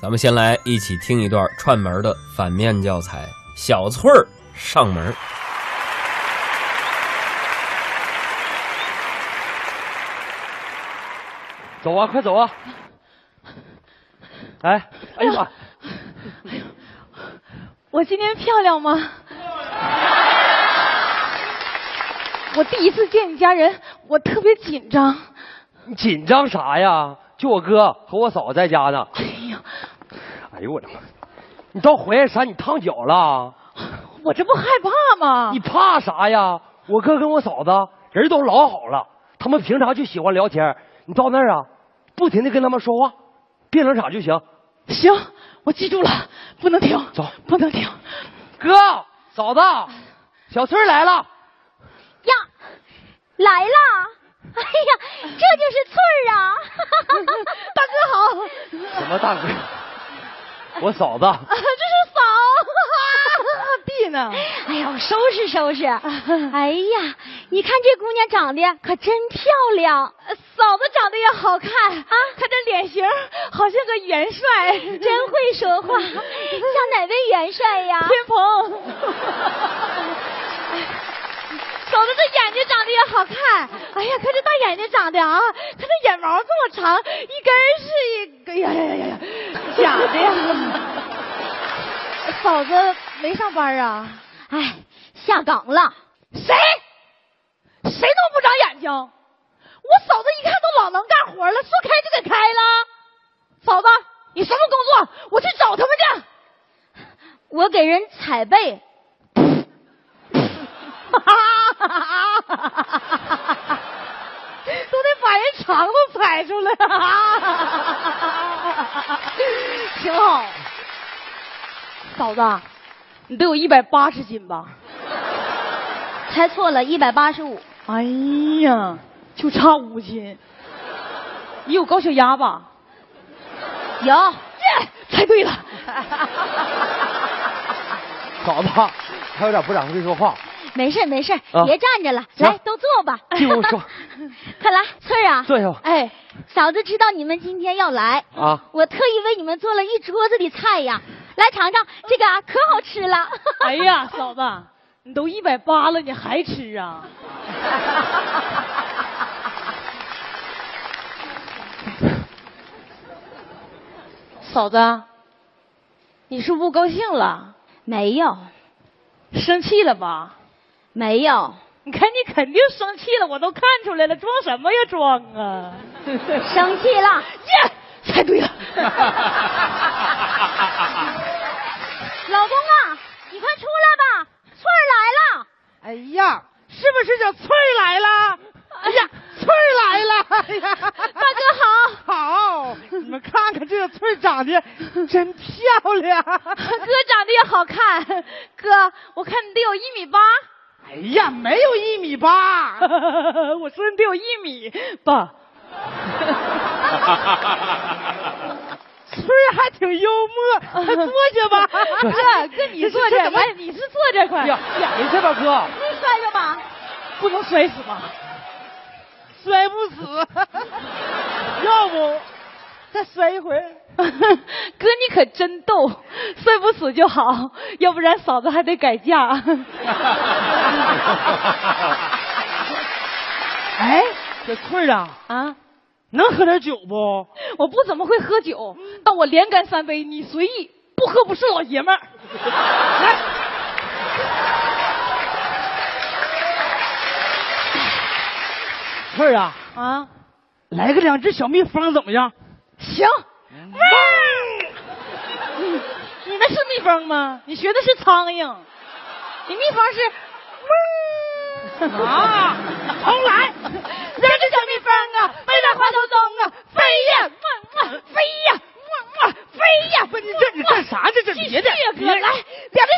咱们先来一起听一段串门的反面教材《小翠儿上门》。走啊，快走啊！哎，哎呀妈！我今天漂亮吗？我第一次见你家人，我特别紧张。你紧张啥呀？就我哥和我嫂子在家呢。哎呀，哎呦我的妈！你到淮安山你烫脚了？我这不害怕吗？你怕啥呀？我哥跟我嫂子人都老好了，他们平常就喜欢聊天。你到那儿啊，不停的跟他们说话，别冷场就行。行，我记住了，不能停，走，不能停。 哥，嫂子，小翠儿来了。呀，来啦！哎呀，这就是翠儿啊！ 大哥好，什么大哥？我嫂子。这是嫂，弟呢？ 哎呀，我收拾收拾。哎呀，你看这姑娘长得可真漂亮，嫂子长得也好看啊，看这脸型好像个元帅，真会说 话，像哪位元帅呀？天鹏。嫂子这眼睛长得也好看，哎呀，看这大眼睛长得啊，看这眼毛这么长，一根儿是一哎根，呀呀呀呀，假的呀！嫂子没上班啊？哎，下岗了。谁？谁都不长眼睛！我嫂子一看都老能干活了，说开就给开了。嫂子，你什么工作？我去找他们去。 我给人踩背，哈哈哈哈哈！都得把人肠子踩出来，啊挺好。嫂子，你得有一百八十斤吧？猜错了，一百八十五。哎呀，就差五斤。你有高血压吧？有，耶，猜对了。嫂子，他有点不咋会说话。没事没事，啊别站着了，行来都坐吧。进屋说快来，翠儿啊，坐下吧哎，嫂子知道你们今天要来啊我特意为你们做了一桌子的菜呀，来尝尝，这个啊可好吃了。 哎呀，嫂子，你都一百八了，你还吃啊？嫂子，你是不是不高兴了？没有生气了吧？没有，你看你肯定生气了，我都看出来了，装什么呀装啊！生气了。 耶，猜对了。 老公啊，你快出来吧，翠儿来了。哎呀，是不是叫翠儿来了？哎呀，翠儿来了！哎 呀，大好，哥好，你们看看这个翠儿长得真漂亮， 哥长得也好看，哥，我看你得有一米八。哎呀，没有一米八，啊我说你得有一米八。 村儿还挺幽默，快坐下吧。哥，哥你坐 这，来你是坐这快呀，没事吧，哥？能摔着吧？不能摔死吧？摔不死，要不再摔一回。 哥，你可真逗，摔不死就好，要不然嫂子还得改嫁。哎，这翠儿啊，啊， 能喝点酒不？我不怎么会喝酒，但我连干三杯，你随意，不喝不是老爷们儿。翠儿啊，啊，来个两只小蜜蜂怎么样？行。嗯汪！你那是蜜蜂吗？你学的是苍蝇，你蜜蜂是嗡啊！重来，两只小蜜蜂啊，飞在花丛中啊，飞呀，嗡啊，飞呀，嗡啊，飞呀！不，你这你干啥？这这别的，哥来，两只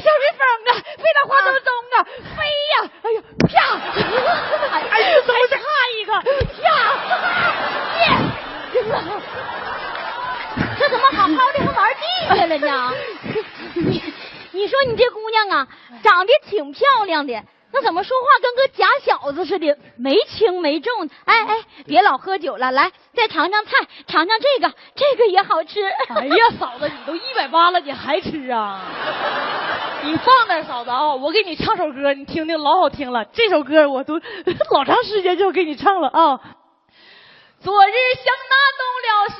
小蜜蜂啊，飞到花丛中啊，飞呀，哎呦，啪！ 哎呦，怎么差一个？啪！耶！这怎么好好的还玩 地下了呢？你你说你这姑娘啊，长得挺漂亮的，那怎么说话跟个假小子似的，没轻没重的？哎哎，别老喝酒了，来，再尝尝菜，尝尝这个，这个也好吃。哎呀，嫂子，你都一百八了，你还吃啊？你放那儿，嫂子啊、我给你唱首歌，你听听，老好听了。这首歌我都 老长时间就给你唱了啊。昨日想那东了水，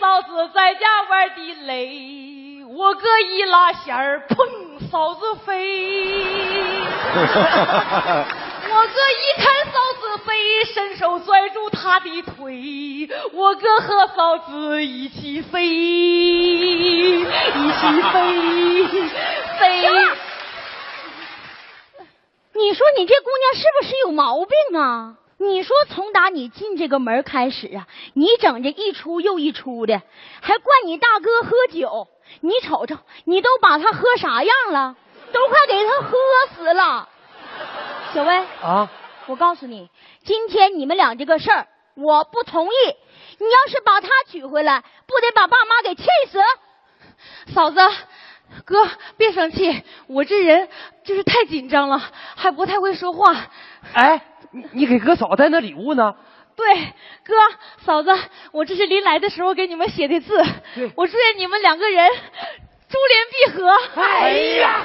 嫂子在家玩地雷，我哥一拉弦儿，砰，嫂子飞。我哥一看嫂子飞，伸手拽住她的腿，我哥和嫂子一起飞，一起飞，飞行。了你说你这姑娘是不是有毛病啊？你说从打你进这个门开始啊，你整这一出又一出的，还怪你大哥喝酒。你瞅瞅，你都把他喝啥样了？都快给他喝死了。小薇，啊，我告诉你，今天你们俩这个事儿，我不同意。你要是把他娶回来，不得把爸妈给气死？嫂子，哥别生气，我这人就是太紧张了，还不太会说话。哎，你你给哥嫂带那礼物呢？对，哥嫂子，我这是临来的时候给你们写的字对，我祝愿你们两个人珠联璧合。哎呀，